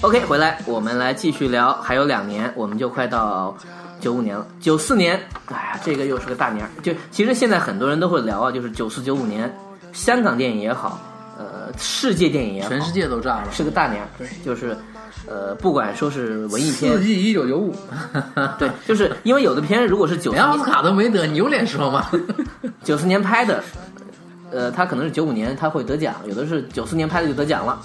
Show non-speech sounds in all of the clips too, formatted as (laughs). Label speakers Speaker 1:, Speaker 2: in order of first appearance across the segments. Speaker 1: OK，回来我们来继续聊，还有两年，我们就快到九五年了，九四年，哎呀，这个又是个大年儿。就其实现在很多人都会聊啊，就是九四九五年，香港电影也好，呃，世界电影也好，
Speaker 2: 全世界都炸了。
Speaker 1: 是个大年儿，对，就是，呃，不管说是文艺片
Speaker 2: 四，季一九九五，
Speaker 1: 对，就是因为有的片如果是九
Speaker 2: 连奥斯卡都没得，你有脸
Speaker 1: (laughs)
Speaker 2: 说吗？
Speaker 1: 九四年拍的，呃，他可能是九五年他会得奖，有的是九四年拍的就得奖了，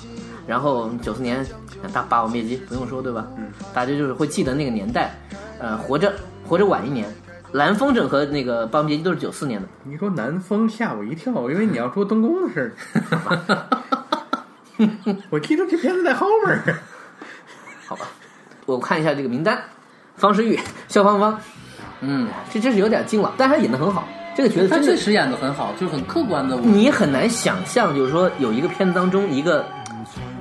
Speaker 1: 然后九四年大《霸王别姬》不用说对吧？嗯，大家就是会记得那个年代，呃，活着活着晚一年，《蓝风筝》和那个《霸王别姬》都是九四年的，
Speaker 3: 你说南风吓我一跳，我以为你要说东宫的事儿。我记得这片子在后面儿。
Speaker 1: 好吧？我看一下这个名单，方世玉、 (laughs) 萧芳芳，
Speaker 2: 嗯，
Speaker 1: 这真是有点敬老，但是他演的很好，这个角色
Speaker 2: 他
Speaker 1: 真
Speaker 2: 确
Speaker 1: 的
Speaker 2: 实演的很好，就是很客观的。我
Speaker 1: 你很难想象，就是说有一个片子当中一个，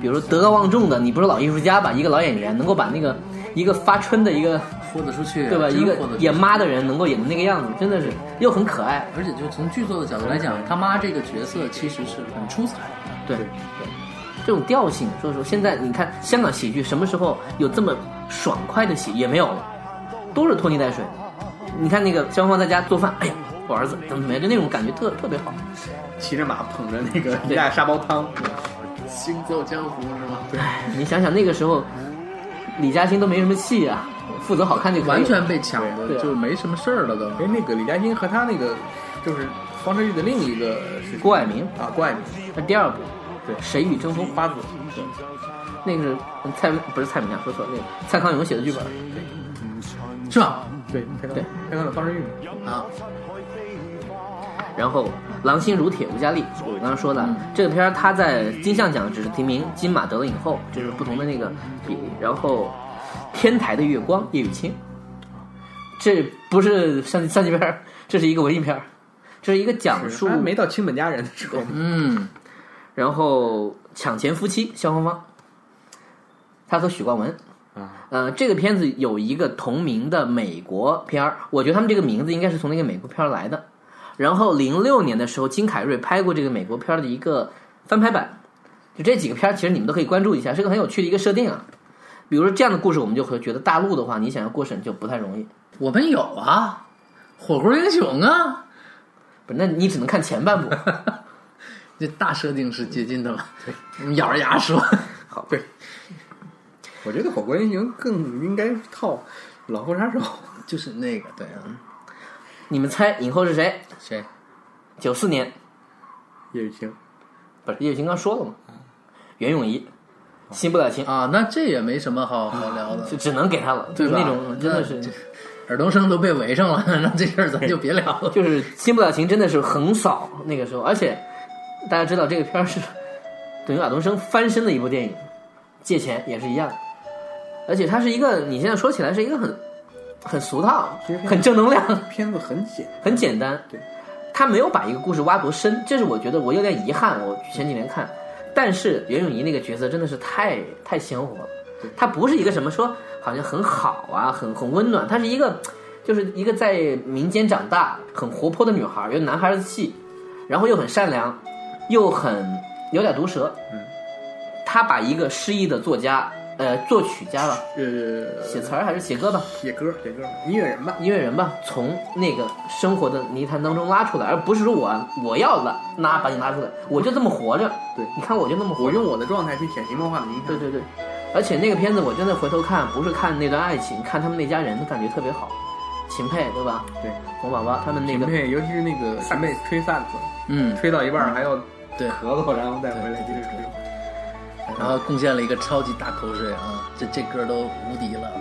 Speaker 1: 比如说德高望重的，你不是老艺术家吧，一个老演员能够把那个一个发春的一个
Speaker 2: 豁得出去，
Speaker 1: 对吧，
Speaker 2: 真
Speaker 1: 一个
Speaker 2: 豁得出去
Speaker 1: 演妈的人能够演成那个样子，真的是又很可爱，
Speaker 2: 而且就从剧作的角度来讲，他妈这个角色其实是很出彩的。
Speaker 1: 对对，这种调性，所以说现在你看香港喜剧什么时候有这么爽快的喜也没有了，都是拖泥带水。你看那个肖芳在家做饭，哎呀，我儿子怎么没？就那种感觉特特别好。
Speaker 3: 骑着马捧着那个一大沙包汤，
Speaker 2: 行走江湖是吗？ (laughs)
Speaker 1: 哎你想想那个时候，李嘉欣都没什么戏啊，负责好看就可以了
Speaker 2: 完全被抢
Speaker 1: 对
Speaker 2: 的
Speaker 1: 啊
Speaker 2: 就没什么事儿了都。
Speaker 3: 因为哎那个李嘉欣和他那个就是方世玉的另一个是
Speaker 1: 郭蔼明，
Speaker 3: 啊郭蔼明
Speaker 1: 那第二部，
Speaker 3: 对
Speaker 1: 谁与争锋
Speaker 3: 花子，
Speaker 1: 那个是蔡文不是蔡明亮，说错了，那个蔡康永写的剧本，
Speaker 2: 是吧？
Speaker 3: 嗯对对
Speaker 1: 对
Speaker 3: 看看了方世玉嘛，
Speaker 2: 啊，
Speaker 1: 然后狼心如铁，吴佳丽，我刚刚说的、这个片儿，他在金像奖只是提名，金马得了影后，就是不同的那个比例。然后天台的月光，叶雨卿，这不是三三级片儿，这是一个文艺片儿，这是一个讲述
Speaker 3: 他，啊没到亲本家人的时候嘛，
Speaker 2: 嗯，
Speaker 1: 然后抢钱夫妻，萧芳芳，他和许冠文。
Speaker 3: 啊，
Speaker 1: 呃，这个片子有一个同名的美国片儿，我觉得他们这个名字应该是从那个美国片儿来的。然后零六年的时候，金凯瑞拍过这个美国片儿的一个翻拍版。就这几个片儿，其实你们都可以关注一下，是个很有趣的一个设定啊。比如说这样的故事，我们就会觉得大陆的话，你想要过审就不太容易。
Speaker 2: 我们有啊，火锅英雄啊，
Speaker 1: 不是，那你只能看前半部。
Speaker 2: 这大设定是接近的了。你咬着牙
Speaker 1: (laughs)
Speaker 2: 说，
Speaker 3: 对，我觉得火锅英雄更应该套老后杀手，
Speaker 2: 就是那个对啊，
Speaker 1: 你们猜影后是谁？
Speaker 2: 谁？
Speaker 1: 九四年，
Speaker 3: 叶雨卿
Speaker 1: 不是叶雨卿刚说了吗？袁咏仪，新不了情，
Speaker 2: 啊，那这也没什么好好聊的
Speaker 1: (laughs) 就，只能给她了，
Speaker 2: 对吧？
Speaker 1: 那种真的是
Speaker 2: 那。这耳东升都被围上了，那这事儿咱就别聊了。
Speaker 1: 就是《新不了情》真的是横扫那个时候，而且大家知道这个片儿是等于尔冬升翻身的一部电影，借钱也是一样，而且它是一个你现在说起来是一个很很俗套、很正能量、
Speaker 3: 片子很简单，
Speaker 1: 很简单，
Speaker 3: 对，
Speaker 1: 他没有把一个故事挖多深，这是我觉得我有点遗憾。我前几年看，但是袁咏仪那个角色真的是太太鲜活了，她不是一个什么说好像很好啊，很很温暖，她是一个就是一个在民间长大很活泼的女孩，有男孩子气，然后又很善良，又很有点毒舌，嗯，她把一个失意的作家，呃，作曲家吧，
Speaker 3: 呃，
Speaker 1: 写词儿还是写歌吧，
Speaker 3: 写歌写歌音乐人吧，
Speaker 1: 音乐人吧，从那个生活的泥潭当中拉出来，而不是说我我要拉拉把你拉出来，我就这么活着。
Speaker 3: 对
Speaker 1: 你看我就那么活
Speaker 3: 我
Speaker 1: 着。
Speaker 3: 用我的状态去潜移默化的影
Speaker 1: 对对
Speaker 3: 响，
Speaker 1: 对，而且那个片子我真的回头看，不是看那段爱情，看他们那家人，感觉特别好。秦沛对吧？
Speaker 3: 对，
Speaker 1: 冯宝宝他们那个
Speaker 3: 对，尤其是那个扇贝吹扇子，
Speaker 2: 嗯，
Speaker 3: 吹到一半儿还要
Speaker 2: 对，
Speaker 3: 咳嗽，然后再回来接着吹，
Speaker 2: 然后贡献了一个超级大口水啊，这这歌都无敌了啊。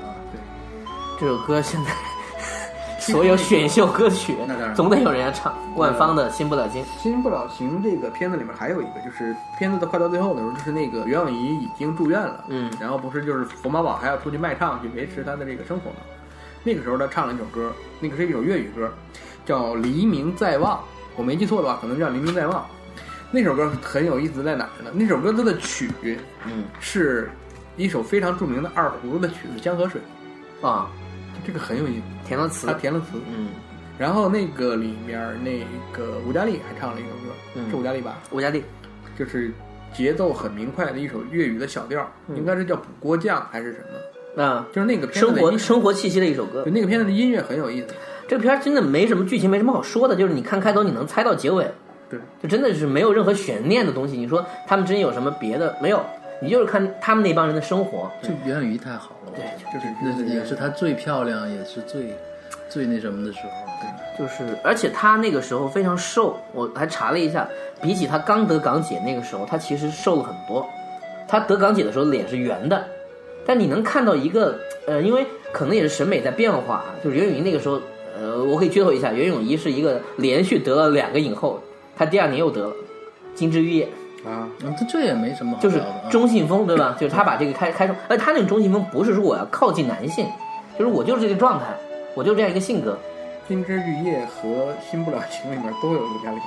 Speaker 1: 这首歌现
Speaker 3: (laughs)
Speaker 1: 在所有选秀歌曲
Speaker 2: 那当然
Speaker 1: 总得有人要唱，万芳的《新不了情》。
Speaker 3: 《新不了情》这个片子里面还有一个，就是片子的快到最后的时候，就是那个袁咏仪已经住院了，
Speaker 1: 嗯
Speaker 3: 然后不是就是冯宝宝还要出去卖唱去维持他的这个生活嘛。那个时候他唱了一首歌，那个是一首粤语歌，叫《黎明在望》，我没记错的话，可能叫《黎明在望》。那首歌很有意思在哪儿呢？那首歌它的曲
Speaker 1: 嗯
Speaker 3: 是一首非常著名的二胡的曲子《江河水
Speaker 1: 啊，》，
Speaker 3: 这个很有意思，
Speaker 1: 填了
Speaker 3: 他
Speaker 1: 词。
Speaker 3: 填了词。
Speaker 1: 嗯，
Speaker 3: 然后那个里面儿那个吴佳丽还唱了一首歌，
Speaker 1: 嗯
Speaker 3: 是吴佳丽吧？
Speaker 1: 吴佳丽。
Speaker 3: 就是节奏很明快的一首粤语的小调，
Speaker 1: 嗯
Speaker 3: 应该是叫《补锅匠》还是什么？
Speaker 1: 啊，
Speaker 3: 就是那个片子
Speaker 1: 生
Speaker 3: 的
Speaker 1: 活
Speaker 3: 音
Speaker 1: 生活气息的一首歌
Speaker 3: 对。那个片子的音乐很有意思。
Speaker 1: 这个片儿真的没什么剧情，没什么好说的，就是你看开头你能猜到结尾，
Speaker 3: 对，
Speaker 1: 就真的是没有任何悬念的东西。你说他们真有什么别的没有？你就是看他们那帮人的生活，
Speaker 2: 就袁咏仪太好了，我觉得
Speaker 3: 就是
Speaker 2: 那是也是她最漂亮，也是最最那什么的时候。
Speaker 1: 就是而且他那个时候非常瘦，我还查了一下，比起他刚得港姐那个时候，他其实瘦了很多。他得港姐的时候脸是圆的，但你能看到一个呃，因为可能也是审美在变化啊，就是袁咏仪那个时候，呃，我可以剧透一下，袁咏仪是一个连续得了两个影后，她第二年又得了金枝玉叶。
Speaker 3: 啊，
Speaker 2: 嗯，这这也没什么好
Speaker 1: 就
Speaker 2: 聊
Speaker 1: 是
Speaker 2: 的啊。
Speaker 1: 中性风，对吧？就是他把这个开开成，而他那种中性风不是说我要靠近男性，就是我就是这个状态，我就这样一个性格。
Speaker 3: 《金枝玉叶》和《新不了情》里面都有刘嘉玲，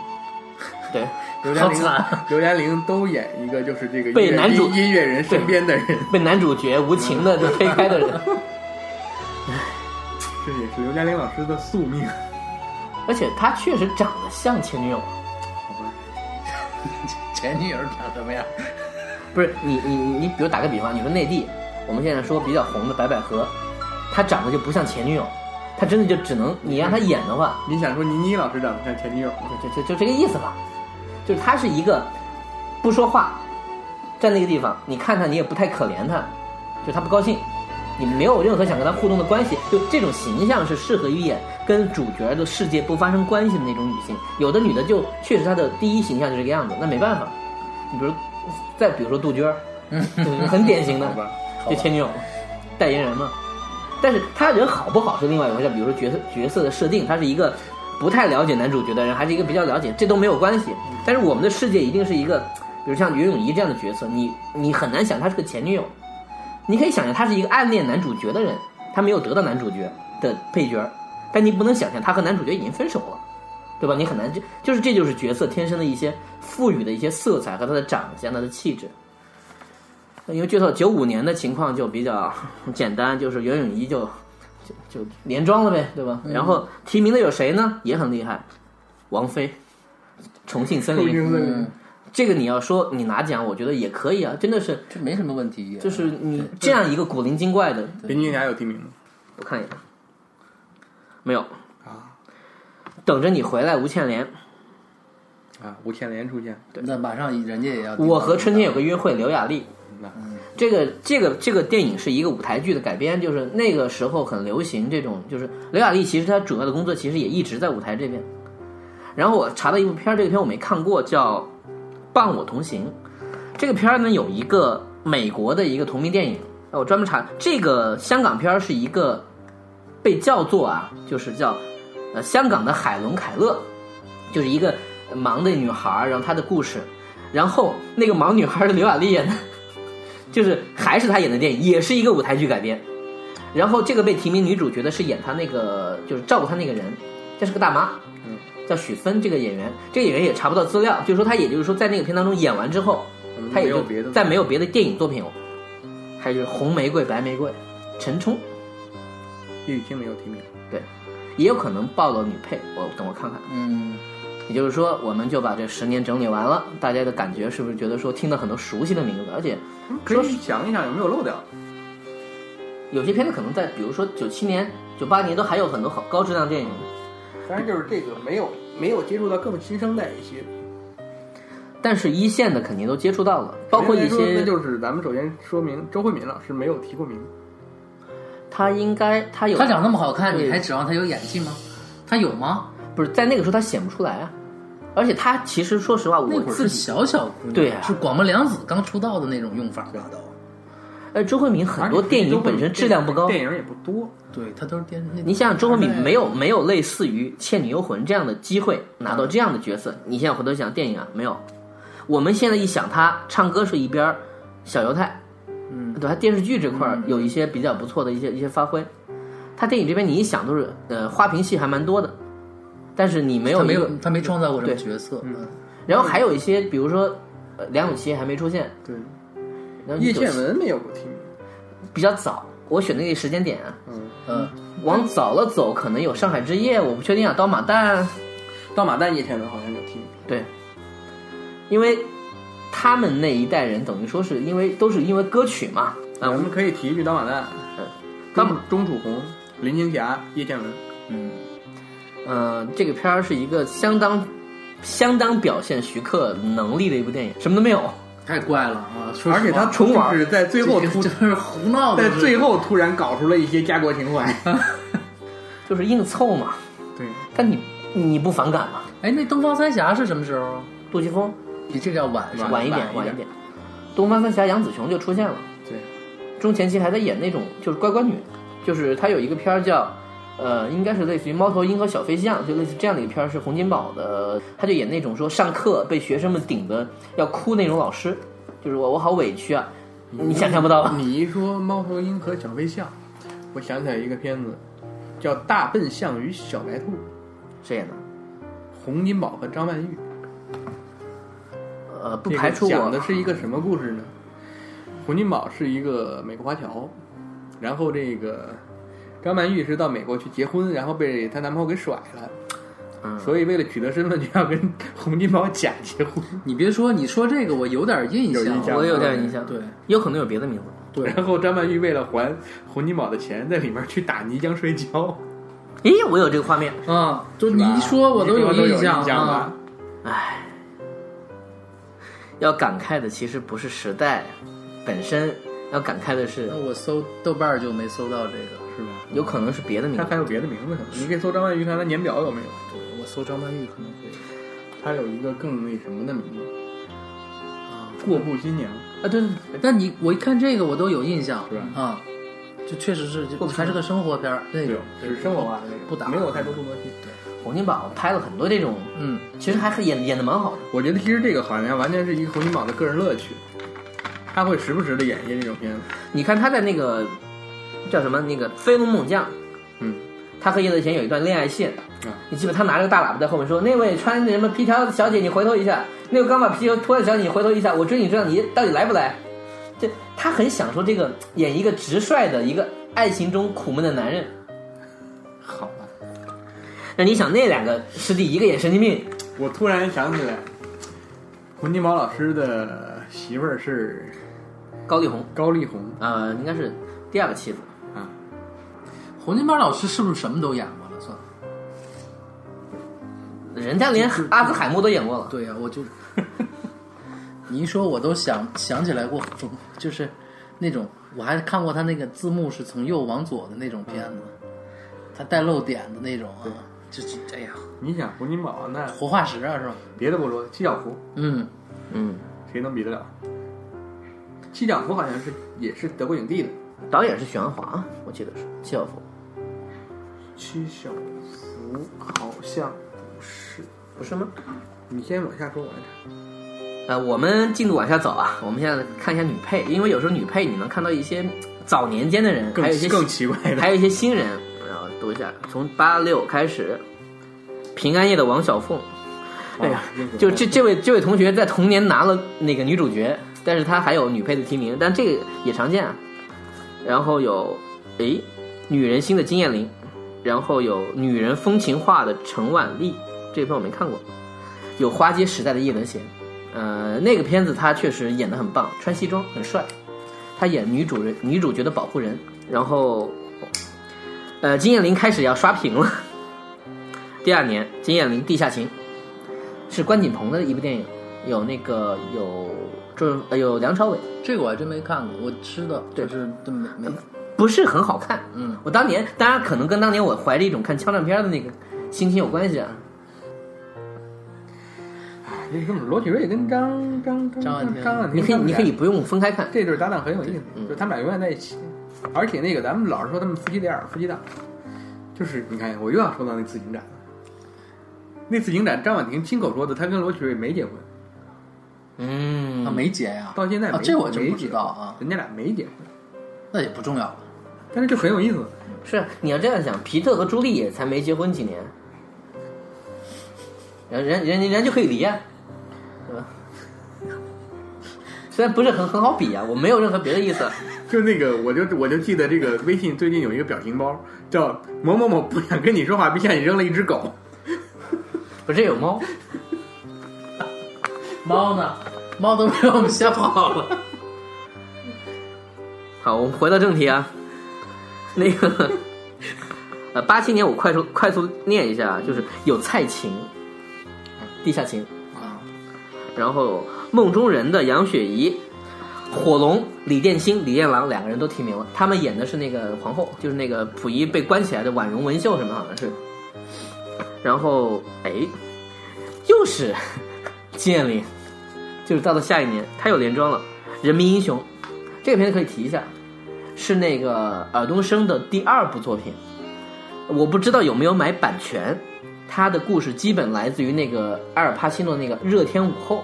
Speaker 1: (laughs) 对，
Speaker 3: 刘嘉
Speaker 2: 好惨
Speaker 3: 玲，刘嘉玲都演一个就是这个
Speaker 1: 被
Speaker 3: 音乐
Speaker 1: 男主
Speaker 3: 音音乐人身边的人，
Speaker 1: (laughs) 被男主角无情的就推开的人，
Speaker 3: 这也是刘嘉玲老师的宿命。
Speaker 1: 而且他确实长得像前女友，
Speaker 3: 好吧，
Speaker 2: 前女友长什么样？
Speaker 1: 不是你你你，你比如打个比方，你说内地，我们现在说比较红的白百合，她长得就不像前女友，她真的就只能你让她演的话，
Speaker 3: 你想说倪妮老师长得像前女友吗？
Speaker 1: 就就就这个意思吧，就是他是一个不说话，站那个地方，你看他你也不太可怜他，就他不高兴，你没有任何想跟他互动的关系，就这种形象是适合于演跟主角的世界不发生关系的那种女性。有的女的就确实她的第一形象就这个样子，那没办法。你比如再比如说杜鹃儿，就是很典型的
Speaker 3: 嗯 (laughs) 好，吧，
Speaker 1: 就前女友代言人嘛。但是他人好不好是另外一回事，比如说角色角色的设定，他是一个不太了解男主角的人，还是一个比较了解，这都没有关系。但是我们的世界一定是一个，比如像袁咏仪这样的角色，你你很难想她是个前女友，你可以想象她是一个暗恋男主角的人，她没有得到男主角的配角，但你不能想象她和男主角已经分手了。对吧？你很难，就就是这就是角色天生的一些赋予的一些色彩和他的长相、他的气质。因为剧透九五年的情况就比较简单，就是袁咏仪就就就连庄了呗，对吧？然后提名的有谁呢？也很厉害，王菲，《重庆森
Speaker 3: 杜
Speaker 1: 林》
Speaker 3: 鹃
Speaker 2: 嗯，
Speaker 1: 这个你要说你拿奖，我觉得也可以啊，真的是
Speaker 2: 这没什么问题。
Speaker 1: 就是你这样一个古灵精怪的，
Speaker 3: 林俊雅有提名吗？
Speaker 1: 我看一眼，没有，
Speaker 3: 啊
Speaker 1: 等着你回来，吴倩莲，
Speaker 3: 啊，吴倩莲出现，
Speaker 2: 那马上人家也要。
Speaker 1: 我和春天有个约会，刘雅丽。
Speaker 3: 那
Speaker 1: 这个这个这个电影是一个舞台剧的改编，就是那个时候很流行这种，就是刘雅丽其实她主要的工作其实也一直在舞台这边。然后我查到一部片儿，这个片儿我没看过，叫《伴我同行》。这个片儿呢有一个美国的一个同名电影，呃我专门查这个香港片儿是一个被叫做啊，就是叫呃香港的海伦凯勒，就是一个盲的女孩儿，然后她的故事，然后那个盲女孩儿是刘雅丽演的。 (laughs) 就是还是她演的电影，也是一个舞台剧改编。然后这个被提名女主角的是演她那个就是照顾她那个人，这是个大妈，
Speaker 3: 嗯，
Speaker 1: 叫许芬这个演员，这个演员也查不到资料，就是说她也就是说在那个片当中演完之后，
Speaker 3: 我们
Speaker 1: 她
Speaker 3: 嗯没
Speaker 1: 也
Speaker 3: 有
Speaker 1: 就
Speaker 3: 别的，
Speaker 1: 再没有别的电影作品哦。还有就是红玫瑰、白玫瑰，陈冲
Speaker 3: 叶雨卿没有提名，
Speaker 1: 也有可能报了女配，我等我看看。
Speaker 2: 嗯，
Speaker 1: 也就是说，我们就把这十年整理完了，大家的感觉是不是觉得说听到很多熟悉的名字，而且
Speaker 3: 嗯可以想一想有没有漏掉。
Speaker 1: 有些片子可能在比如说九七年、九八年都还有很多好高质量电影。
Speaker 3: 当然就是这个没有没有接触到更新生代一些，
Speaker 1: 但是一线的肯定都接触到了，包括一
Speaker 3: 首先来说
Speaker 1: 些
Speaker 3: 那就是咱们首先说明周慧敏老师没有提过名，
Speaker 1: 他应该他有
Speaker 2: 她长那么好看，
Speaker 1: 对
Speaker 2: 你还指望她有演技吗？她有吗？
Speaker 1: 不是在那个时候他显不出来啊，而且他其实说实话，
Speaker 2: 那
Speaker 1: 我
Speaker 2: 会儿
Speaker 1: 自
Speaker 2: 是
Speaker 1: 己
Speaker 2: 小小姑娘，
Speaker 1: 对啊呀
Speaker 2: 是广末凉子刚出道的那种用法吧？都，
Speaker 1: 呃周慧敏很多电影本身质量不高，
Speaker 3: 电影也不多，
Speaker 2: 对她都是电视。
Speaker 1: 你想想周慧敏没
Speaker 2: 有
Speaker 1: 有没有类似于《倩女幽魂》这样的机会拿到这样的角色，你现在回头想电影啊没有，我们现在一想她唱歌是一边儿，小犹太，嗯，对，她电视剧这块儿有一些比较不错的一些一些发挥，她电影这边你一想都是呃花瓶戏还蛮多的，但是你没有
Speaker 2: 她没
Speaker 1: 一个
Speaker 2: 有她没创造过什么
Speaker 1: 对
Speaker 2: 角色。嗯
Speaker 1: 然后还有一些，比如说，呃梁咏琪还没出现，
Speaker 3: 对，
Speaker 1: 然后
Speaker 3: 叶
Speaker 1: 19
Speaker 3: 倩文没有过提名，
Speaker 1: 比较早，我选那个时间点啊，
Speaker 3: 嗯，
Speaker 2: 嗯，
Speaker 1: 往早了走，可能有《上海之夜》，我不确定啊，《刀马旦》
Speaker 3: 到马旦叶倩文好像有提名，
Speaker 1: 对，因为他们那一代人等于说是因为都是因为歌曲嘛，啊、
Speaker 3: 咱们可以提一句当马旦，
Speaker 1: 当
Speaker 3: 钟钟楚红、林青霞、叶倩文，
Speaker 2: 嗯，
Speaker 1: 嗯，这个片儿是一个相当相当表现徐克能力的一部电影，什么都没有。
Speaker 2: 太怪了啊！说实话
Speaker 3: 而且他
Speaker 1: 重玩
Speaker 3: 就是在最后
Speaker 2: 这 (laughs)
Speaker 3: 突
Speaker 2: 这是胡闹的
Speaker 3: 在
Speaker 2: 事，
Speaker 3: 最后突然搞出了一些家国情怀。
Speaker 1: 就是硬凑嘛。
Speaker 3: 对，
Speaker 1: 但你你不反感吗？
Speaker 2: 哎，那东方三峡是什么时候啊？
Speaker 1: 杜琪峰
Speaker 2: 比这个要晚是吧？
Speaker 1: 晚一点，晚一点。东方三峡杨紫琼就出现了，
Speaker 3: 对，
Speaker 1: 中前期还在演那种就是乖乖女，就是她有一个片儿叫。呃，应该是类似于《猫头鹰和小飞象》，就类似这样的一个片儿，是洪金宝的，他就演那种说上课被学生们顶的要哭那种老师，就是我我好委屈啊，你想象不到吧？
Speaker 3: (laughs) 你一说猫头鹰和小飞象，我想起来一个片子，叫《大笨象与小白兔》，
Speaker 1: 谁演的？
Speaker 3: 洪金宝和张曼玉。
Speaker 1: 呃，不
Speaker 3: 这个
Speaker 1: 排除我
Speaker 3: 讲的是一个什么故事呢？洪金宝是一个美国华侨，然后这个张曼玉是到美国去结婚，然后被她男朋友给甩了，
Speaker 1: 嗯
Speaker 3: 所以为了取得身份，就要跟洪金宝假结婚。
Speaker 2: 你别说，你说这个我有点印啊
Speaker 3: 有印象
Speaker 1: 我有点印象，
Speaker 2: 对，
Speaker 1: 有可能有别的名字。
Speaker 2: 对，
Speaker 3: (laughs) 然后张曼玉为了还洪金宝的钱，在里面去打泥浆摔跤，
Speaker 1: 咦，我有这个画面，
Speaker 2: 啊，就你
Speaker 3: 是吧
Speaker 2: 一说我都
Speaker 3: (laughs) 你说有
Speaker 2: 印
Speaker 3: 象
Speaker 2: 啊
Speaker 3: 吧。？
Speaker 1: 唉，哎要感慨的其实不是时代本身，要感慨的是
Speaker 2: 那我搜豆瓣儿就没搜到这个，
Speaker 3: 是吧？
Speaker 1: 有可能是别的名
Speaker 3: 他还
Speaker 1: 字。
Speaker 3: 有别的名字可能，你可以搜张曼玉看她年表有没有。
Speaker 2: 对我搜张曼玉可能会。
Speaker 3: 她有一个更那什么的名字，过步新娘。
Speaker 2: 啊，对对对，但你我一看这个我都有印象，
Speaker 3: 是吧
Speaker 2: 啊，就确实是，就
Speaker 1: 过不去
Speaker 2: 还是个生活片儿那
Speaker 3: 对
Speaker 2: 种，，
Speaker 3: 就是生活化的那种，
Speaker 2: 不打
Speaker 3: 没有太多动作戏。
Speaker 1: 洪金宝拍了很多这种，
Speaker 2: 嗯，
Speaker 1: 其实还是演演的蛮好的。
Speaker 3: 我觉得其实这个好像完全是一个洪金宝的个人乐趣，他会时不时的演绎这种片子。
Speaker 1: 你看他在那个叫什么那个《飞龙猛将》，
Speaker 3: 嗯，
Speaker 1: 他和叶德娴有一段恋爱线。
Speaker 3: 啊
Speaker 1: 你记不？他拿着个大喇叭在后面说：“那位穿什么皮条的小姐，你回头一下；那位刚把皮球脱了小姐，你回头一下。我追你追到你到底来不来？”这他很享受这个演一个直率的一个爱情中苦闷的男人。
Speaker 3: 好吧，
Speaker 1: 那你想，那两个师弟，一个演神经病，
Speaker 3: 我突然想起来，洪金宝老师的媳妇儿是
Speaker 1: 高丽红，
Speaker 3: 高丽红
Speaker 1: 呃，应该是第二个妻子。
Speaker 3: 啊，
Speaker 2: 洪金宝老师是不是什么都演过了？算了，
Speaker 1: 人家连阿兹海默都演过了，
Speaker 2: 对呀、我就你一说我都想想起来过，就是那种我还看过他那个字幕是从右往左的那种片子，他带漏点的那种啊，就是哎呀，
Speaker 3: 你想洪金宝那
Speaker 2: 活化石啊是吧？
Speaker 3: 别的不说，七小福
Speaker 2: 嗯，
Speaker 1: 嗯，
Speaker 3: 谁能比得了？七小福好像是也是德国影帝的。
Speaker 1: 导演是许鞍华，我记得是谢晓峰，
Speaker 3: 七小福好像不是，
Speaker 1: 不是吗？
Speaker 3: 你先往下说，我来查。
Speaker 1: 呃，我们进度往下走啊，我们现在看一下女配，因为有时候女配你能看到一些早年间的人，还有一些
Speaker 3: 更更奇怪的，
Speaker 1: 还有一些新人，然后读一下，从八六开始，《平安夜》的王小凤，哎呀，就这这位这位同学在同年拿了那个女主角，但是她还有女配的提名，但这个也常见啊。然后有诶，女人心的金燕玲，然后有女人风情画的陈婉丽，这篇我没看过，有花街时代的叶德娴，呃，那个片子她确实演的很棒，穿西装很帅，她演女主人女主角的保护人，然后，呃，金燕玲开始要刷屏了。 (laughs) 第二年，金燕玲《地下情》是关锦鹏的一部电影，有那个有周呃有梁朝伟，
Speaker 2: 这个我还真没看过，我知道，
Speaker 1: 对
Speaker 2: 就是都没没，
Speaker 1: 不是很好看。
Speaker 2: 嗯，
Speaker 1: 我当年当然可能跟当年我怀着一种看枪战片的那个心情有关系啊。
Speaker 3: 你这么罗启瑞跟张张张
Speaker 2: 张
Speaker 3: 张
Speaker 2: 婉婷
Speaker 3: 张婉婷，
Speaker 1: 你可以
Speaker 3: 他们
Speaker 1: 你
Speaker 3: 俩
Speaker 1: 可以不用分开看，
Speaker 3: 这对搭档很有意思，就他们俩永远在一起。而且那个咱们老是说他们夫妻俩夫妻档，就是你看我又要说到那次影展了。那次影展，张婉婷亲口说的，她跟罗启瑞没结婚，
Speaker 1: 嗯
Speaker 2: 啊没结呀、
Speaker 3: 嗯到现在没、
Speaker 2: 啊这我就
Speaker 3: 没
Speaker 2: 不
Speaker 3: 结
Speaker 2: 知道啊，
Speaker 3: 人家俩没结婚，
Speaker 2: 那也不重要了。
Speaker 3: 但是就很有意思。
Speaker 1: 是啊你要这样想，皮特和朱丽叶才没结婚几年，人人人人家就可以离啊，对吧？ (laughs) 虽然不是很很好比啊，我没有任何别的意思。
Speaker 3: 就那个，我就我就记得这个微信最近有一个表情包，叫“某某某不想跟你说话，并向你扔了一只狗
Speaker 1: 不是有猫，
Speaker 2: 猫呢？猫都被我们吓跑 (laughs) 了。
Speaker 1: 好，我们回到正题啊，那个，呃，八七年我快速快速念一下啊，就是有蔡琴，地下情，
Speaker 2: 啊，
Speaker 1: 然后梦中人的杨雪怡，火龙李殿星、李彦郎两个人都提名了，他们演的是那个皇后，就是那个溥仪被关起来的婉容文秀什么好像是，然后哎，又是 (laughs) 建林，就是到了下一年他有连庄了，人民英雄这个片子可以提一下，是那个尔冬升的第二部作品，我不知道有没有买版权。他的故事基本来自于那个阿尔帕西诺那个《热天午后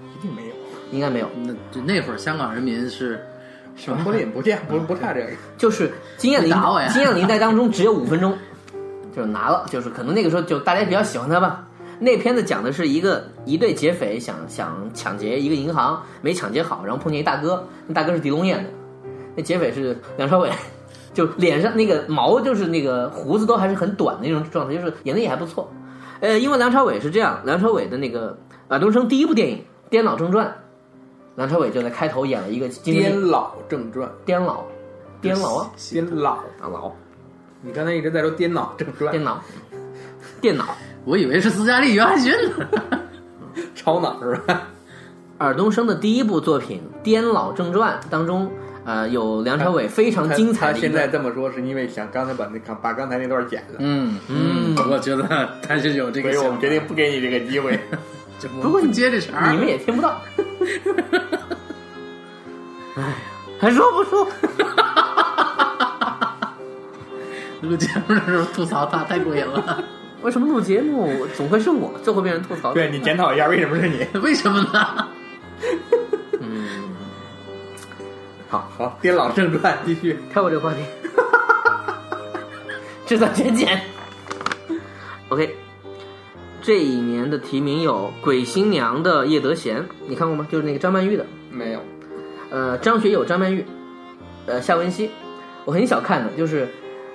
Speaker 3: 一定 (laughs) 没有，》，
Speaker 1: 应该没有。
Speaker 2: 那就那会儿香港人民是是吧？
Speaker 3: 不也不见不不差这个。
Speaker 1: 就是经验林
Speaker 2: 打我呀
Speaker 1: 经验林带当中只有五分钟， (laughs) 就是拿了，就是可能那个时候就大家比较喜欢他吧。那片子讲的是一个一对劫匪想想抢劫一个银行，没抢劫好，然后碰见一大哥，那大哥是狄龙演的，那劫匪是梁朝伟， (laughs) 就脸上那个毛就是那个胡子都还是很短的那种状态，就是演的也还不错。呃，因为梁朝伟是这样，梁朝伟的那个啊，东升第一部电影《颠老正传》，梁朝伟就在开头演了一个金
Speaker 3: 颠老正传，
Speaker 1: 颠老，颠老啊
Speaker 3: 颠老，
Speaker 1: 啊老。
Speaker 3: 你刚才一直在说颠老正传
Speaker 1: 电，脑，电脑，
Speaker 2: 我以为是斯嘉丽·约翰逊呢。
Speaker 3: 超脑是吧？
Speaker 1: 尔冬升的第一部作品《颠老正传》当中，呃，有梁朝伟非常精彩
Speaker 3: 他
Speaker 1: 的一
Speaker 3: 现在
Speaker 1: 段。
Speaker 3: 这么说是因为想刚才把那把刚才那段剪了，
Speaker 2: 嗯嗯，我觉得他是有这
Speaker 3: 所
Speaker 2: 个
Speaker 3: 以我
Speaker 2: 想
Speaker 3: 们
Speaker 2: 法
Speaker 3: 决。定不给你这个机会。
Speaker 2: 就
Speaker 1: 不过你
Speaker 2: 接这茬儿，
Speaker 1: 你们也听不到。 (laughs) 哎呀，还说不说？
Speaker 2: 录节目的时候吐槽他太过瘾了， (laughs)
Speaker 1: 为什么录节目总会是我最后被人吐槽的？
Speaker 3: 对你检讨一下，为什么是你？
Speaker 2: 为什么
Speaker 3: (laughs)
Speaker 2: 呢？
Speaker 1: 嗯，
Speaker 3: 好，颠老正传继续。
Speaker 1: 跳过这个话题， (laughs) 制造全剪。OK，这一年的提名有《鬼新娘》的叶德娴，你看过吗？就是那个张曼玉的。
Speaker 3: 没有，
Speaker 1: 呃，张学友、张曼玉，呃，夏文熙，我很小看的，就是，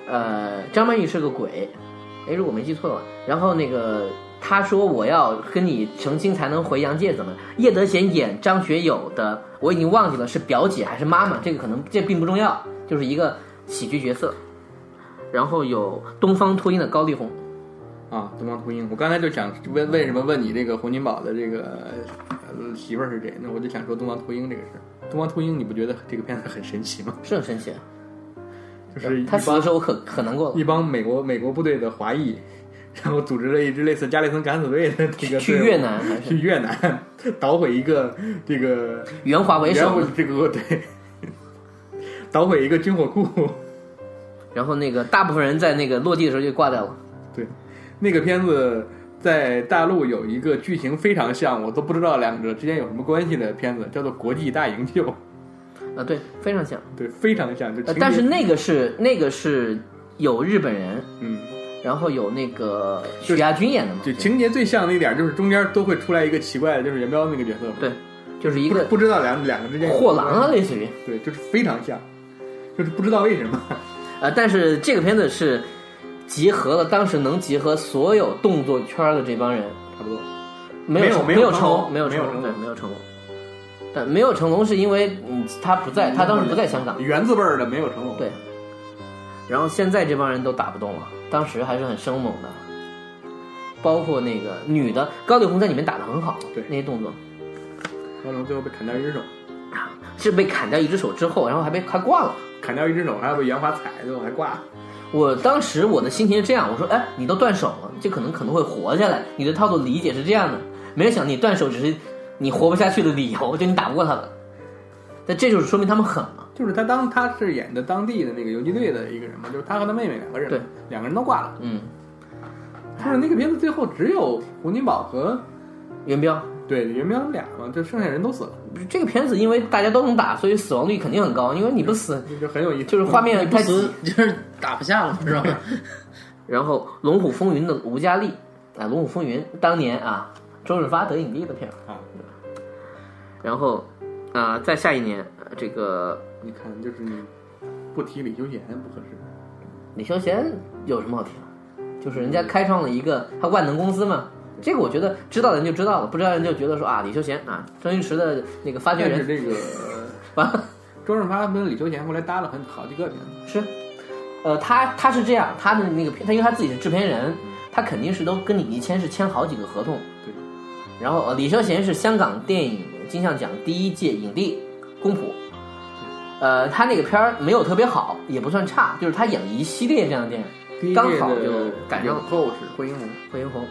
Speaker 1: 呃，张曼玉是个鬼，哎，如果没记错的话，然后那个他说我要跟你成亲才能回阳界，怎么？叶德娴演张学友的，我已经忘记了是表姐还是妈妈，这个可能这并不重要，就是一个喜剧角色。然后有东方秃鹰的高丽红，
Speaker 3: 啊，东方秃鹰。我刚才就想问，为什么问你这个洪金宝的这个呃媳妇儿是谁？那我就想说东方秃鹰这个事儿。东方秃鹰，你不觉得这个片子很神奇吗？
Speaker 1: 是很神奇。
Speaker 3: 就是一
Speaker 1: 呃他死的
Speaker 3: 帮
Speaker 1: 时候我可可难过了。
Speaker 3: 一帮美国美国部队的华裔，然后组织了一支类似加利森敢死队的这个
Speaker 1: 去
Speaker 3: 队伍
Speaker 1: 越南还
Speaker 3: (laughs)
Speaker 1: 是
Speaker 3: 去越南捣毁一个这个
Speaker 1: 袁华为
Speaker 3: 然
Speaker 1: 首
Speaker 3: 后
Speaker 1: 的，
Speaker 3: 这个对 (laughs) 捣毁一个军火库。
Speaker 1: 然后那个大部分人在那个落地的时候就挂掉了。
Speaker 3: 对，那个片子在大陆有一个剧情非常像，我都不知道两者之间有什么关系的片子，叫做《国际大营救》。 (laughs)
Speaker 1: 啊，对，非常像。
Speaker 3: 对，非常像，就情
Speaker 1: 呃，
Speaker 3: 节
Speaker 1: 但是那个是那个是有日本人，
Speaker 3: 嗯，
Speaker 1: 然后有那个
Speaker 3: 就
Speaker 1: 许亚军演的嘛，
Speaker 3: 就情节最像的一点就是中间都会出来一个奇怪的，就是元彪那个角色嘛，
Speaker 1: 对，就是一
Speaker 3: 不知
Speaker 1: 个
Speaker 3: 不知道两两个之间有
Speaker 1: 货郎啊，类似于。
Speaker 3: 对，就是非常像，就是不知道为什么。
Speaker 1: 呃，但是这个片子是集合了当时能集合所有动作圈的这帮人，
Speaker 3: 差不多。
Speaker 1: 没
Speaker 3: 没有
Speaker 1: 成
Speaker 3: 没
Speaker 1: 没
Speaker 3: 有
Speaker 1: 有
Speaker 3: 成
Speaker 1: 成
Speaker 3: 龙
Speaker 1: 龙，没有
Speaker 3: 没
Speaker 1: 成
Speaker 3: 有
Speaker 1: 龙，
Speaker 3: 成
Speaker 1: 对，
Speaker 3: 龙
Speaker 1: 没有成龙。但没有成龙是因为嗯他不在，他当时不在香港，
Speaker 3: 原字辈儿的没有成龙。
Speaker 1: 对。然后现在这帮人都打不动了，当时还是很生猛的，包括那个女的高丽红在里面打的很好，
Speaker 3: 对
Speaker 1: 那些动作。
Speaker 3: 高龙最后被砍掉一只手，
Speaker 1: 是被砍掉一只手之后，然后还被还挂了。
Speaker 3: 砍掉一只手，还要被袁华踩，最后还挂了。
Speaker 1: 我当时我的心情是这样，我说，哎，你都断手了，这可能可能会活下来。你对套路理解是这样的，没人想你断手只是你活不下去的理由，就你打不过他们。但这就是说明他们狠嘛。
Speaker 3: 就是他当他是演的当地的那个游击队的一个人嘛，就是他和他妹妹两个人，
Speaker 1: 对，
Speaker 3: 两个人都挂了。
Speaker 1: 嗯，
Speaker 3: 就是那个片子最后只有洪金宝和
Speaker 1: 元彪，
Speaker 3: 对袁彪他们俩嘛，就剩下人都死了，
Speaker 1: 这个片子因为大家都能打，所以死亡率肯定很高，因为你不死
Speaker 3: 就很有意思。
Speaker 1: 就是画面
Speaker 2: 不
Speaker 1: 太挤。
Speaker 2: 死就是打不下了，是吧？
Speaker 1: 然后《龙虎风云》的吴佳丽，啊，《龙虎风云》当年啊，周润发得影帝的片儿。
Speaker 3: 啊，
Speaker 1: 然后，啊、再下一年，呃这个
Speaker 3: 你看，就是你不提李修贤不合适。
Speaker 1: 李修贤有什么好提的？就是人家开创了一个他万能公司嘛，这个我觉得知道的人就知道了，不知道的人就觉得说啊，李修贤啊，周星驰的那个发掘
Speaker 3: 但是
Speaker 1: 人
Speaker 3: 这个 (laughs)
Speaker 1: 完了。
Speaker 3: 周润发跟李修贤后来搭了很好几个片子，
Speaker 1: 是，呃，他他是这样，他的那个片他因为他自己是制片人，他肯定是都跟李易谦是签好几个合同。
Speaker 3: 对。
Speaker 1: 然后呃，李修贤是香港电影金像奖第一届影帝公仆。呃，他那个片儿没有特别好，也不算差，就是他演了一系列这样的电影，
Speaker 3: 第一
Speaker 1: 刚
Speaker 3: 届
Speaker 1: 好
Speaker 3: 的
Speaker 1: 就赶上
Speaker 3: 影后是惠英红，
Speaker 1: 《惠英红》，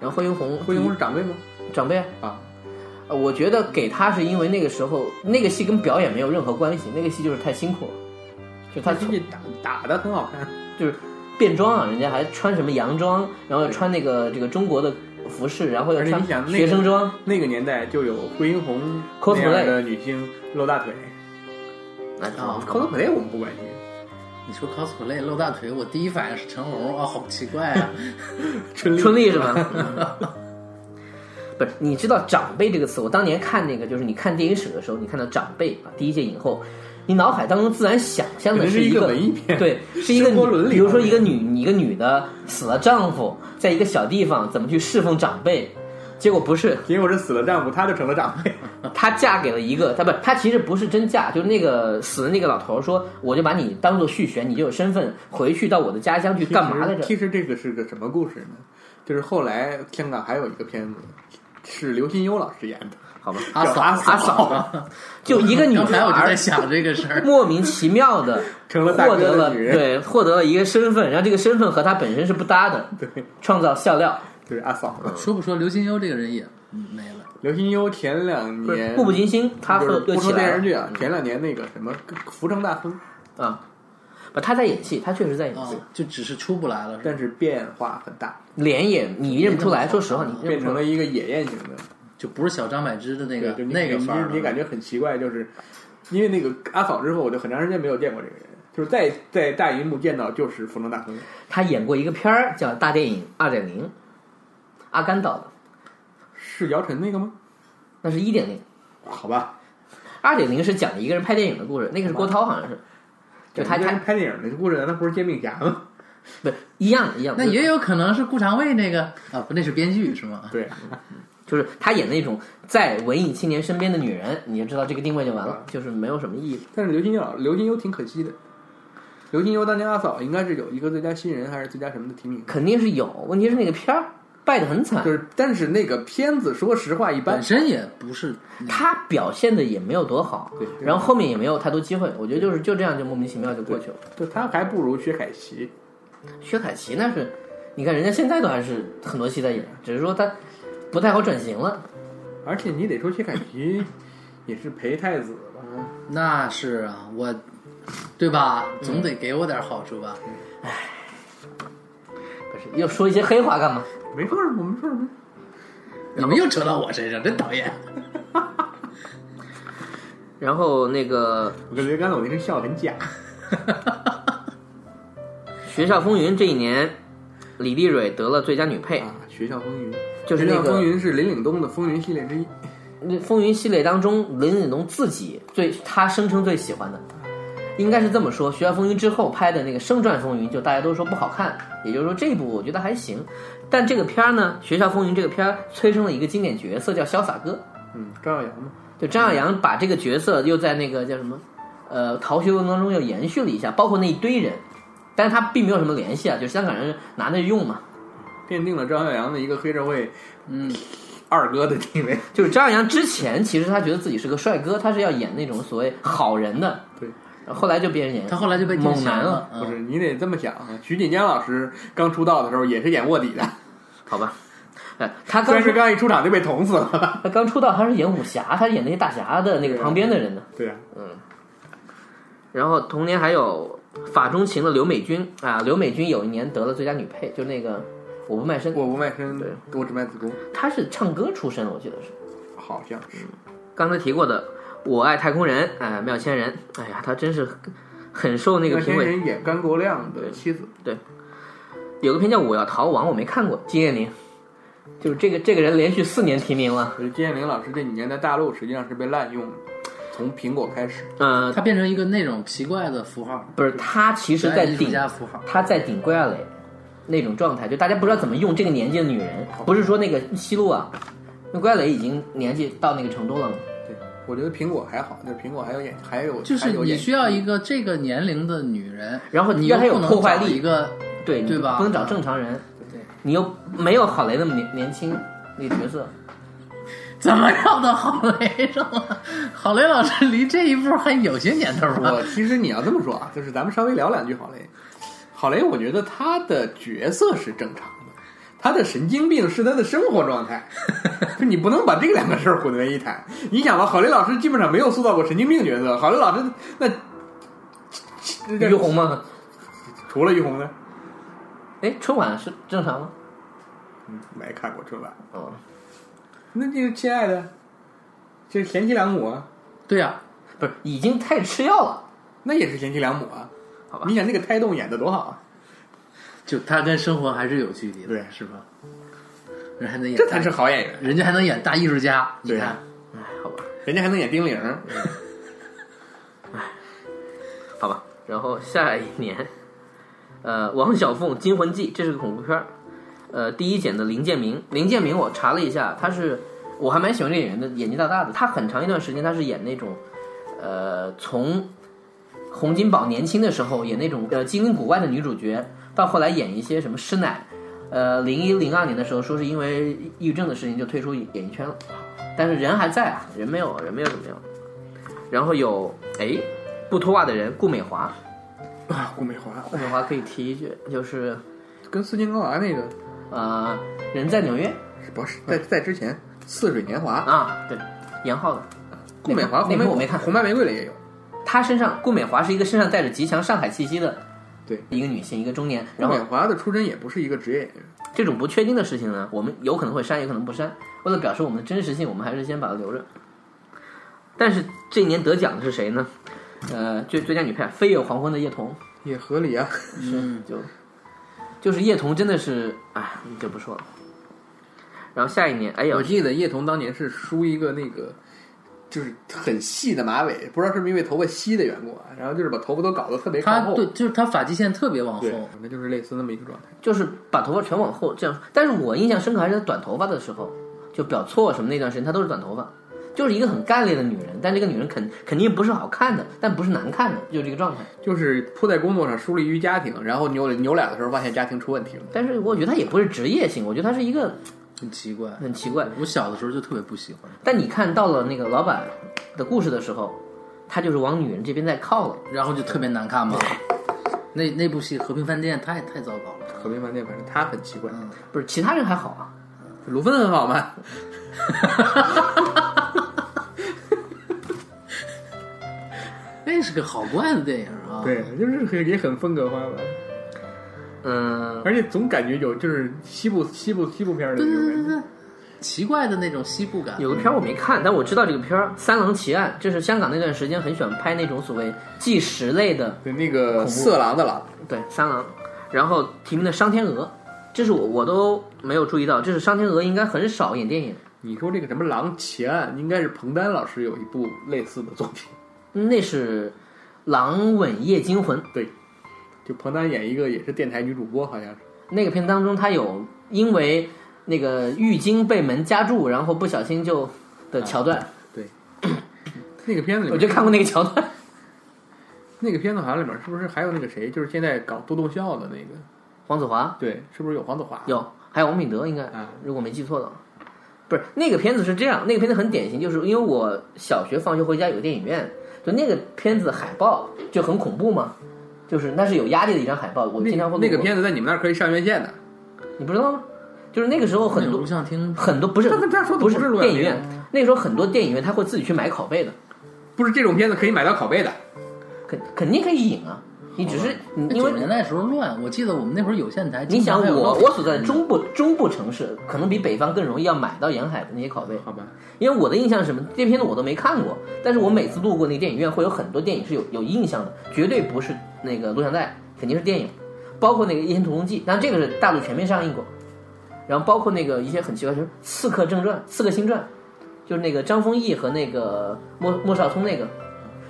Speaker 1: 然后《惠英红》
Speaker 3: 惠英红是长辈吗？
Speaker 1: 长辈
Speaker 3: 啊，
Speaker 1: 呃，我觉得给他是因为那个时候那个戏跟表演没有任何关系，那个戏就是太辛苦了，就他
Speaker 3: 他最近打打的很好看，
Speaker 1: 就是变装啊，人家还穿什么洋装，然后穿那个这个中国的服饰，然后又
Speaker 3: 而且你想
Speaker 1: 穿
Speaker 3: 那个
Speaker 1: 学生装，
Speaker 3: 那个年代就有惠英红
Speaker 1: Cosplay
Speaker 3: 那样的女星露大腿
Speaker 1: 那
Speaker 3: 哦
Speaker 1: 挺
Speaker 2: 啊
Speaker 1: 好。
Speaker 3: ，cosplay 我们不关心，
Speaker 2: 你说 cosplay 露大腿，我第一反应是成龙啊，好奇怪
Speaker 3: (laughs)
Speaker 2: 啊！
Speaker 3: 春
Speaker 1: (laughs)
Speaker 3: 丽
Speaker 1: 春丽是吗？ (laughs) 不是，你知道“长辈”这个词？我当年看那个，就是你看电影史的时候，你看到“长辈”啊，第一届影后，你脑海当中自然想象
Speaker 3: 可
Speaker 1: 的
Speaker 3: 能是一
Speaker 1: 个
Speaker 3: 个文艺片
Speaker 1: 对，
Speaker 3: (laughs)
Speaker 1: 是一个
Speaker 3: 生活伦理
Speaker 1: 女，比如说
Speaker 3: 方面
Speaker 1: 一个女，一个女的死了丈夫，在一个小地方怎么去侍奉长辈，结果不是，
Speaker 3: 结果是死了丈夫，她就成了长辈。
Speaker 1: 她嫁给了一个，她不，她其实不是真嫁，就是那个死的那个老头儿说，我就把你当做续弦，你就有身份，回去到我的家乡去干嘛来着？
Speaker 3: 其实这个是个什么故事呢？就是后来香港还有一个片子是刘心悠老师演的，
Speaker 1: 好吧，
Speaker 2: 阿
Speaker 3: 叫
Speaker 2: 嫂，
Speaker 3: 阿嫂
Speaker 1: 阿嫂，啊就一个女
Speaker 2: 刚才我就在
Speaker 1: 孩
Speaker 2: 想这个事儿，
Speaker 1: 莫名其妙
Speaker 3: (laughs)
Speaker 1: 的
Speaker 3: (laughs) 成了大
Speaker 1: 获得
Speaker 3: 哥
Speaker 1: 了
Speaker 3: 的女人，
Speaker 1: 对获得了一个身份，然后这个身份和她本身是不搭的，
Speaker 3: 对，
Speaker 1: 创造笑料。
Speaker 3: 就是阿嫂。
Speaker 2: 说不说刘金优这个人也嗯没了？
Speaker 3: 刘心悠前两
Speaker 1: 不是
Speaker 3: 年
Speaker 1: 步步惊心，她
Speaker 3: 就
Speaker 1: 后
Speaker 3: 是
Speaker 1: 又
Speaker 3: 不
Speaker 1: 起
Speaker 3: 说
Speaker 1: 来
Speaker 3: 电视
Speaker 1: 了
Speaker 3: 剧啊，前两年那个什么《福成大亨》，
Speaker 1: 啊。不，她在演戏，她确实在演
Speaker 2: 啊
Speaker 1: 戏，，
Speaker 2: 就只是出不来了。
Speaker 3: 但是变化很大，
Speaker 1: 脸也你认不出来。说实话，你认
Speaker 3: 变
Speaker 1: 不出
Speaker 3: 成
Speaker 1: 来。
Speaker 3: 了一个野艳型的。
Speaker 2: 就不是小张柏芝的那个
Speaker 3: 对，就你
Speaker 2: 那个
Speaker 3: 你
Speaker 2: 范儿了
Speaker 3: 你感觉很奇怪，就是因为那个阿嫂之后，我就很长时间没有见过这个人，就是再在大荧幕见到就是《福成大亨》，
Speaker 1: 她演过一个片儿叫《大电影二点零》，阿甘导的，
Speaker 3: 是姚晨那个吗？
Speaker 1: 那是一点零。
Speaker 3: 好吧，
Speaker 1: 二点零是讲一个人拍电影的故事，那个是郭涛好像是，就他
Speaker 3: 一个人
Speaker 1: 他
Speaker 3: 拍电影的故事，难道不是煎饼侠吗？
Speaker 1: 不是一样的一样的，
Speaker 2: 那也有可能是顾长卫那个啊，不，那是编剧是吗？
Speaker 3: (laughs) 对，啊
Speaker 1: 就是他演那种在文艺青年身边的女人，你就知道这个定位就完了，就是没有什么意义。
Speaker 3: 但是刘金优，刘金优挺可惜的。刘金优当年阿嫂应该是有一个最佳新人还是最佳什么的提名，
Speaker 1: 肯定是有，问题是那个片儿败得很惨
Speaker 3: 就，是但是那个片子说实话一般
Speaker 2: 本，身也不是
Speaker 1: 他表现的也没有多好，
Speaker 3: 对
Speaker 1: 然后后面也没有太多机会，我觉得就是就这样就莫名其妙就过去了。
Speaker 3: 就他还不如薛凯琪。
Speaker 1: 薛凯琪那是，你看人家现在都还是很多戏在演，只是说他不太好转型了。
Speaker 3: 而且你得说薛凯琪 (laughs) 也是陪太子吧，
Speaker 2: 那是啊，我，对吧？总得给我点好处吧。
Speaker 1: 不是又说一些黑话干嘛？
Speaker 3: 没事儿，我没事儿。没事儿
Speaker 2: 你们又扯到我身上，真讨厌。
Speaker 1: 然后那个
Speaker 3: 我感觉刚才我那声笑得很假。
Speaker 1: 《学校风云》这一年，李丽蕊得了最佳女配。
Speaker 3: 啊，《学校风云》
Speaker 1: 就是
Speaker 3: 学
Speaker 1: 那
Speaker 3: 校
Speaker 1: 个
Speaker 3: 风云》是林嗯岭东的《风云》系列之一，
Speaker 1: 那风云系列当中，林允龙自己最他声称最喜欢的，应该是这么说：《学校风云》之后拍的那个《升转风云》，就大家都说不好看，也就是说这一部我觉得还行。但这个片儿呢，《学校风云》这个片儿催生了一个经典角色叫潇洒哥，
Speaker 3: 嗯，张耀扬嘛，
Speaker 1: 就张耀扬把这个角色又在那个叫什么，呃，逃学文当中又延续了一下，包括那一堆人，但是他并没有什么联系啊，就香港人拿那用嘛。
Speaker 3: 奠定了张耀扬的一个黑社会
Speaker 2: 嗯，
Speaker 3: 二哥的地位。
Speaker 1: 就是张耀扬之前其实他觉得自己是个帅哥，他是要演那种所谓好人的，
Speaker 3: 对，
Speaker 1: 后来就别人演
Speaker 2: 他后来就被
Speaker 1: 猛
Speaker 2: 定型
Speaker 1: 男
Speaker 2: 了，
Speaker 3: 不是，
Speaker 2: 嗯
Speaker 3: 你得这么想，啊，徐锦江老师刚出道的时候也是演卧底
Speaker 2: (laughs)
Speaker 3: 的，
Speaker 1: 好吧？哎，他
Speaker 3: 虽
Speaker 1: 刚
Speaker 3: 然是
Speaker 1: 出
Speaker 3: 刚一出场就被捅死了。 (laughs)
Speaker 1: 他刚出道，他是演武侠，他是演那些大侠的那个
Speaker 3: 对啊
Speaker 1: 旁边的人的。
Speaker 3: 对啊，
Speaker 1: 然后同年还有法中情的刘美君啊，刘美君有一年得了最佳女配，就那个我不卖身，
Speaker 3: 我不卖身
Speaker 1: 对，
Speaker 3: 我只卖子宫，
Speaker 1: 她是唱歌出身的，我记得是。
Speaker 3: 好像是。
Speaker 1: 刚才提过的《我爱太空人》哎、妙千人，哎呀，他真是很很受那个
Speaker 3: 天
Speaker 1: 评委。
Speaker 3: 人演甘国亮的妻子，
Speaker 1: 有个片叫《我要逃亡》，我没看过，金燕玲，就是这个这个人连续四年提名了，
Speaker 3: 就是金燕玲老师这几年在大陆实际上是被滥用的，从苹果开始，
Speaker 1: 呃，
Speaker 2: 他变成一个那种奇怪的符号，
Speaker 1: 不是他其实在
Speaker 2: 艺术
Speaker 1: 顶
Speaker 2: 家符号。
Speaker 1: 他在顶桂二磊，那种状态，就大家不知道怎么用这个年纪的女人。
Speaker 2: 哦
Speaker 1: 不是说那个西路啊，那关磊已经年纪到那个程度了嘛，
Speaker 3: 对，我觉得苹果还好，就是苹果还有演，还有
Speaker 2: 就是
Speaker 3: 还有
Speaker 2: 你
Speaker 3: 演
Speaker 2: 需要一个这个年龄的女人，
Speaker 1: 然后
Speaker 2: 你
Speaker 1: 让她
Speaker 2: 又
Speaker 1: 有
Speaker 2: 不能
Speaker 1: 破坏
Speaker 2: 找
Speaker 1: 力
Speaker 2: 一个
Speaker 1: 对你
Speaker 2: 对吧
Speaker 1: 不能找正常人，
Speaker 2: 对
Speaker 1: 你又没有郝雷那么年年轻那个角色，
Speaker 2: 怎么绕到郝雷上了？郝雷老师离这一步还有些年头吧？
Speaker 3: (laughs) 我其实你要这么说啊，就是咱们稍微聊两句郝雷。郝雷，我觉得他的角色是正常的，他的神经病是他的生活状
Speaker 1: (laughs)
Speaker 3: 态。就你不能把这两个事儿混为一谈。你想吧，郝雷老师基本上没有塑造过神经病角色。郝雷老师那
Speaker 1: 于红吗？
Speaker 3: 除了于红呢，
Speaker 1: 哎，春晚是正常吗？
Speaker 3: 嗯，没看过春晚。
Speaker 1: 哦，
Speaker 3: 那就是亲爱的，这是贤妻良母啊，
Speaker 2: 对呀、
Speaker 1: 不是，已经太吃药了。
Speaker 3: 那也是贤妻良母啊。
Speaker 1: 好吧
Speaker 3: 你想那个胎动演的多好啊，
Speaker 2: 就他跟生活还是有距离的，
Speaker 3: 对
Speaker 2: 是吧？人还能演大，
Speaker 3: 这才是好演员，
Speaker 2: 人家还能演大艺术家，你
Speaker 3: 对
Speaker 2: 看，
Speaker 1: 哎，好吧，
Speaker 3: 人家还能演丁玲。
Speaker 1: 好吧。然后下一年，呃，王小凤《惊魂记》，这是个恐怖片儿。呃，第一剪的林建明，林建明我查了一下，他是我还蛮喜欢这个演员的，眼睛大大的。他很长一段时间他是演那种，呃，从洪金宝年轻的时候演那种呃精灵古怪的女主角，到后来演一些什么师奶。呃，零一零二年的时候，说是因为抑郁症的事情就退出演艺圈了，但是人还在啊，人没有，人没有怎么样。然后有哎，不脱袜的人顾美华，
Speaker 3: 啊，顾美华
Speaker 1: 顾美华可以提一句，就是
Speaker 3: 跟斯琴高娃那个
Speaker 1: 呃，人在纽约
Speaker 3: 不是在在之前《似水年华》，
Speaker 1: 啊，对，杨浩的
Speaker 3: 顾美华
Speaker 1: 那
Speaker 3: 红
Speaker 1: 部
Speaker 3: 玫
Speaker 1: 我没看
Speaker 3: 红白玫瑰里也有。
Speaker 1: 她身上，顾美华是一个身上带着极强上海气息的，
Speaker 3: 对，
Speaker 1: 一个女性，一个中年。
Speaker 3: 顾
Speaker 1: 然后
Speaker 3: 美华的出身也不是一个职业演员，
Speaker 1: 这种不确定的事情呢，我们有可能会删，有可能不删。为了表示我们的真实性，我们还是先把它留着。但是这一年得奖的是谁呢？呃，最最佳女配《飞越黄昏的叶童
Speaker 3: 也合理啊。》
Speaker 1: 是就就是叶童真的是，哎，就不说了。然后下一年，哎呀
Speaker 3: 我，记得叶童当年是梳一个那个，就是很细的马尾，不知道是不是因为头发稀的缘故啊，然后就是把头发都搞得特别靠
Speaker 2: 他
Speaker 3: 后。
Speaker 2: 对，就是他发际线特别往
Speaker 3: 对
Speaker 1: 哦
Speaker 2: 后，，
Speaker 3: 那就是类似那么一个状态。
Speaker 1: 就是把头发全往后这样。但是我印象深刻还是她短头发的时候，就表错什么那段时间，她都是短头发，就是一个很干练的女人。但这个女人肯肯定不是好看的，但不是难看的，就这个状态。
Speaker 3: 就是扑在工作上疏离于家庭，然后扭扭脸的时候发现家庭出问题了。
Speaker 1: 但是我觉得她也不是职业性，我觉得她是一个
Speaker 2: 很奇怪。
Speaker 1: 很奇怪。
Speaker 2: 我小的时候就特别不喜欢，
Speaker 1: 但你看到了那个老板的故事的时候，她就是往女人这边在靠了。
Speaker 2: 然后就特别难看嘛。 (laughs) 那那部戏《和平饭店》太太糟糕了，
Speaker 3: 和平饭店，反正他很奇怪。
Speaker 2: 嗯，
Speaker 1: 不是其他人还好啊，
Speaker 3: 鲁芬很好吗？
Speaker 2: 那是个好怪的电影啊。，
Speaker 3: 对，就是很也很风格化吧，
Speaker 1: 嗯，
Speaker 3: 而且总感觉有就是西部西部西部片儿的那种感觉。
Speaker 2: 奇怪的那种西部感。
Speaker 1: 有个片儿我没看，但我知道这个片儿《三郎奇案》，就是香港那段时间很喜欢拍那种所谓纪实类的
Speaker 3: 对，那个色狼的狼，
Speaker 1: 对，三郎，然后提名的商天娥，这是我我都没有注意到，这是商天娥应该很少演电影，
Speaker 3: 你说这个什么狼奇案，应该是彭丹老师有一部类似的作品。 (laughs)
Speaker 1: 那是《狼吻夜惊魂》
Speaker 3: 对，就彭丹演一个也是电台女主播，好像是。
Speaker 1: 那个片当中，她有因为那个浴巾被门夹住，然后不小心就的桥段，
Speaker 3: 对，那个片子
Speaker 1: (laughs)
Speaker 3: 里
Speaker 1: 我
Speaker 3: 面，
Speaker 1: 就看过那个桥段。
Speaker 3: 那个片子好像里面是不是还有那个谁，就是现在搞多动效的那个？
Speaker 1: 黄子华
Speaker 3: 对，是不是有黄子华？
Speaker 1: 有，还有王敏德应该
Speaker 3: 啊，
Speaker 1: 如果没记错的话。不是那个片子是这样，那个片子很典型，就是因为我小学放学回家有个电影院，就那个片子海报就很恐怖嘛，就是那是有压力的一张海报，我
Speaker 3: 那
Speaker 1: 经常会
Speaker 3: 那个
Speaker 1: 路过
Speaker 3: 片子在你们那儿可以上院线的。
Speaker 1: 你不知道吗？就是那个时候
Speaker 2: 那
Speaker 1: 很
Speaker 2: 种
Speaker 1: 多
Speaker 2: 录像厅，
Speaker 1: 很多不是
Speaker 3: 他跟他说的
Speaker 1: 不
Speaker 3: 不是录像
Speaker 1: 电影
Speaker 3: 厅
Speaker 1: 院，那个时候很多电影院他会自己去买拷贝的，
Speaker 3: 不是这种片子可以买到拷
Speaker 1: (laughs)
Speaker 3: 贝的。
Speaker 1: 肯肯定可以引啊，你只
Speaker 3: 哦
Speaker 1: 是你
Speaker 2: 那
Speaker 1: 因
Speaker 2: 九
Speaker 1: 为
Speaker 2: 十年代时候乱。我记得我们那会儿有线台，
Speaker 1: 你想
Speaker 2: 经常还有嗯
Speaker 1: 我
Speaker 2: 那种
Speaker 1: 我所在的中部中部城市，可能比北方更容易要买到沿海的那些拷贝，
Speaker 3: 好吧，
Speaker 1: 因为我的印象是什么？这片子我都没看过，但是我每次路过那个电影院，会有很多电影是有有印象的，绝对不是那个录像带，肯定是电影，包括那个《倚天屠龙记》，但这个是大陆全面上映过，然后包括那个一些很奇怪，就是《刺客正传》《刺客新传》，就是那个张丰毅和那个莫莫少聪那个，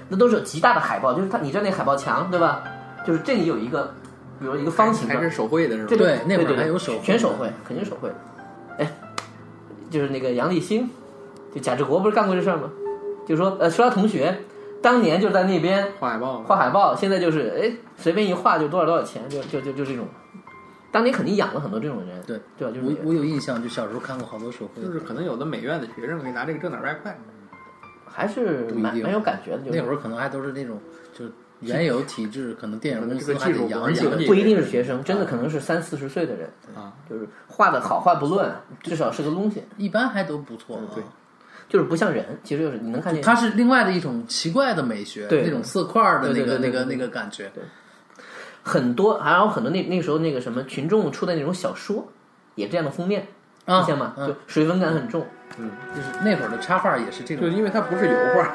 Speaker 1: 那都是有极大的海报，就是他，你知道那海报墙对吧？就是这里有一个比如一个方形
Speaker 3: 还
Speaker 1: 的
Speaker 3: 是，手绘的是吧？
Speaker 1: 对
Speaker 2: 对那会儿
Speaker 1: 对对
Speaker 2: 还有手绘
Speaker 1: 全手绘，肯定手绘的。哎，就是那个杨立新，就贾志国不是干过这事儿吗？就说呃，说他同学当年就在那边
Speaker 3: 画海报
Speaker 1: 画海报，现在就是哎随便一画就多少多少钱，就就就就这种。当年肯定养了很多这种人，
Speaker 2: 对
Speaker 1: 对吧？就是
Speaker 2: 我我有印象，就小时候看过好多手绘
Speaker 3: 就，是可能有的美院的学生可以拿这个挣点外快，
Speaker 1: 还是
Speaker 2: 不一
Speaker 1: 蛮
Speaker 2: 定
Speaker 1: 蛮有感觉的，就是
Speaker 2: 那会儿可能还都是那种就是原有体制，可能电影公
Speaker 3: 这
Speaker 2: 司
Speaker 3: 个
Speaker 2: 还
Speaker 3: 技
Speaker 2: 得
Speaker 3: 术不
Speaker 2: 养
Speaker 3: 是
Speaker 2: 养
Speaker 3: 经济
Speaker 1: 不一定是学生，真
Speaker 2: 啊
Speaker 1: 的可能是三四十岁的人，
Speaker 3: 啊，
Speaker 1: 就是画的好坏不论，至少是个东西，
Speaker 2: 一般还都不错啊。
Speaker 3: 对
Speaker 1: 就是不像人，其实就是你能看见。
Speaker 2: 它是另外的一种奇怪的美学，
Speaker 1: 对
Speaker 2: 那种色块儿的那
Speaker 1: 对对对
Speaker 2: 个那个
Speaker 1: 对对
Speaker 2: 那个感觉。
Speaker 1: 很多，还有很多那那个时候那个什么群众出的那种小说，也这样的封面，
Speaker 2: 啊
Speaker 1: 你想嘛，
Speaker 2: 嗯
Speaker 1: 就水粉感很重。
Speaker 2: 就是那会儿的插画也是这
Speaker 3: 就
Speaker 2: 种，
Speaker 3: 因为它不是油画，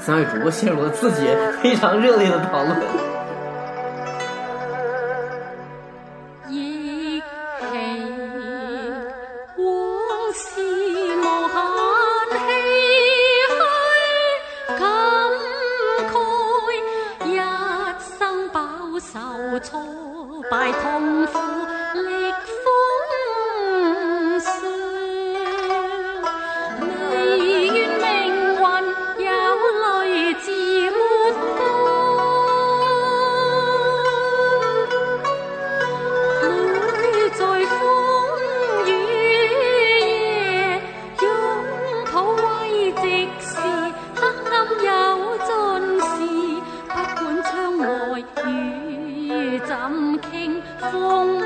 Speaker 1: 三位主播陷入了自己非常热烈的讨论。
Speaker 4: 一期往事无限唏嘘，感慨一生饱受挫败痛苦，历风霜。唯愿命运有泪自抹干。每在風雨夜擁抱慰藉時，黑暗有盡時，不管窗外雨怎傾，風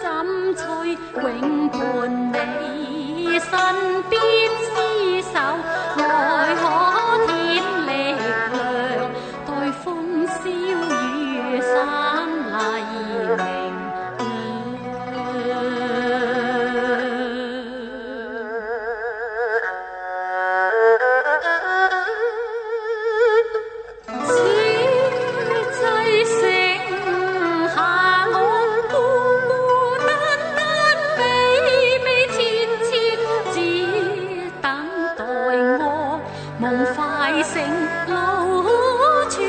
Speaker 4: 怎吹，永伴你身邊厮守，愛可添力量，待風消雨散黎明。此際剩下我孤孤單單，悲悲切切，只等待我夢快醒，老處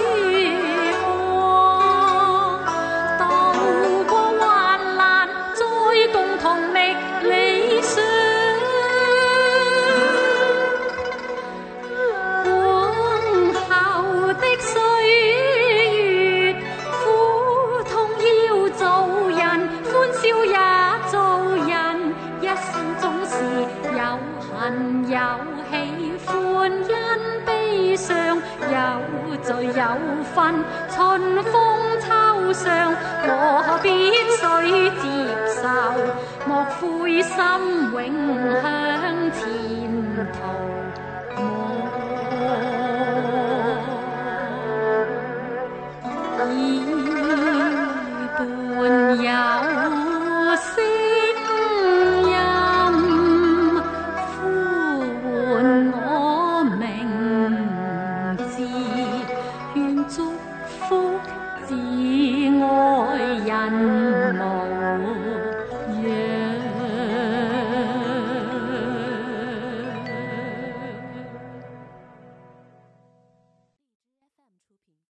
Speaker 4: 看，渡過患難，再共同覓理想。往後的歲月，苦痛要做人，歡笑也做人。一生總是有恨有喜歡，因悲傷有罪有分，春風秋霜，我必須接受。莫灰心，永向前途。伴有聲音呼喚我名字，願祝福至愛人無。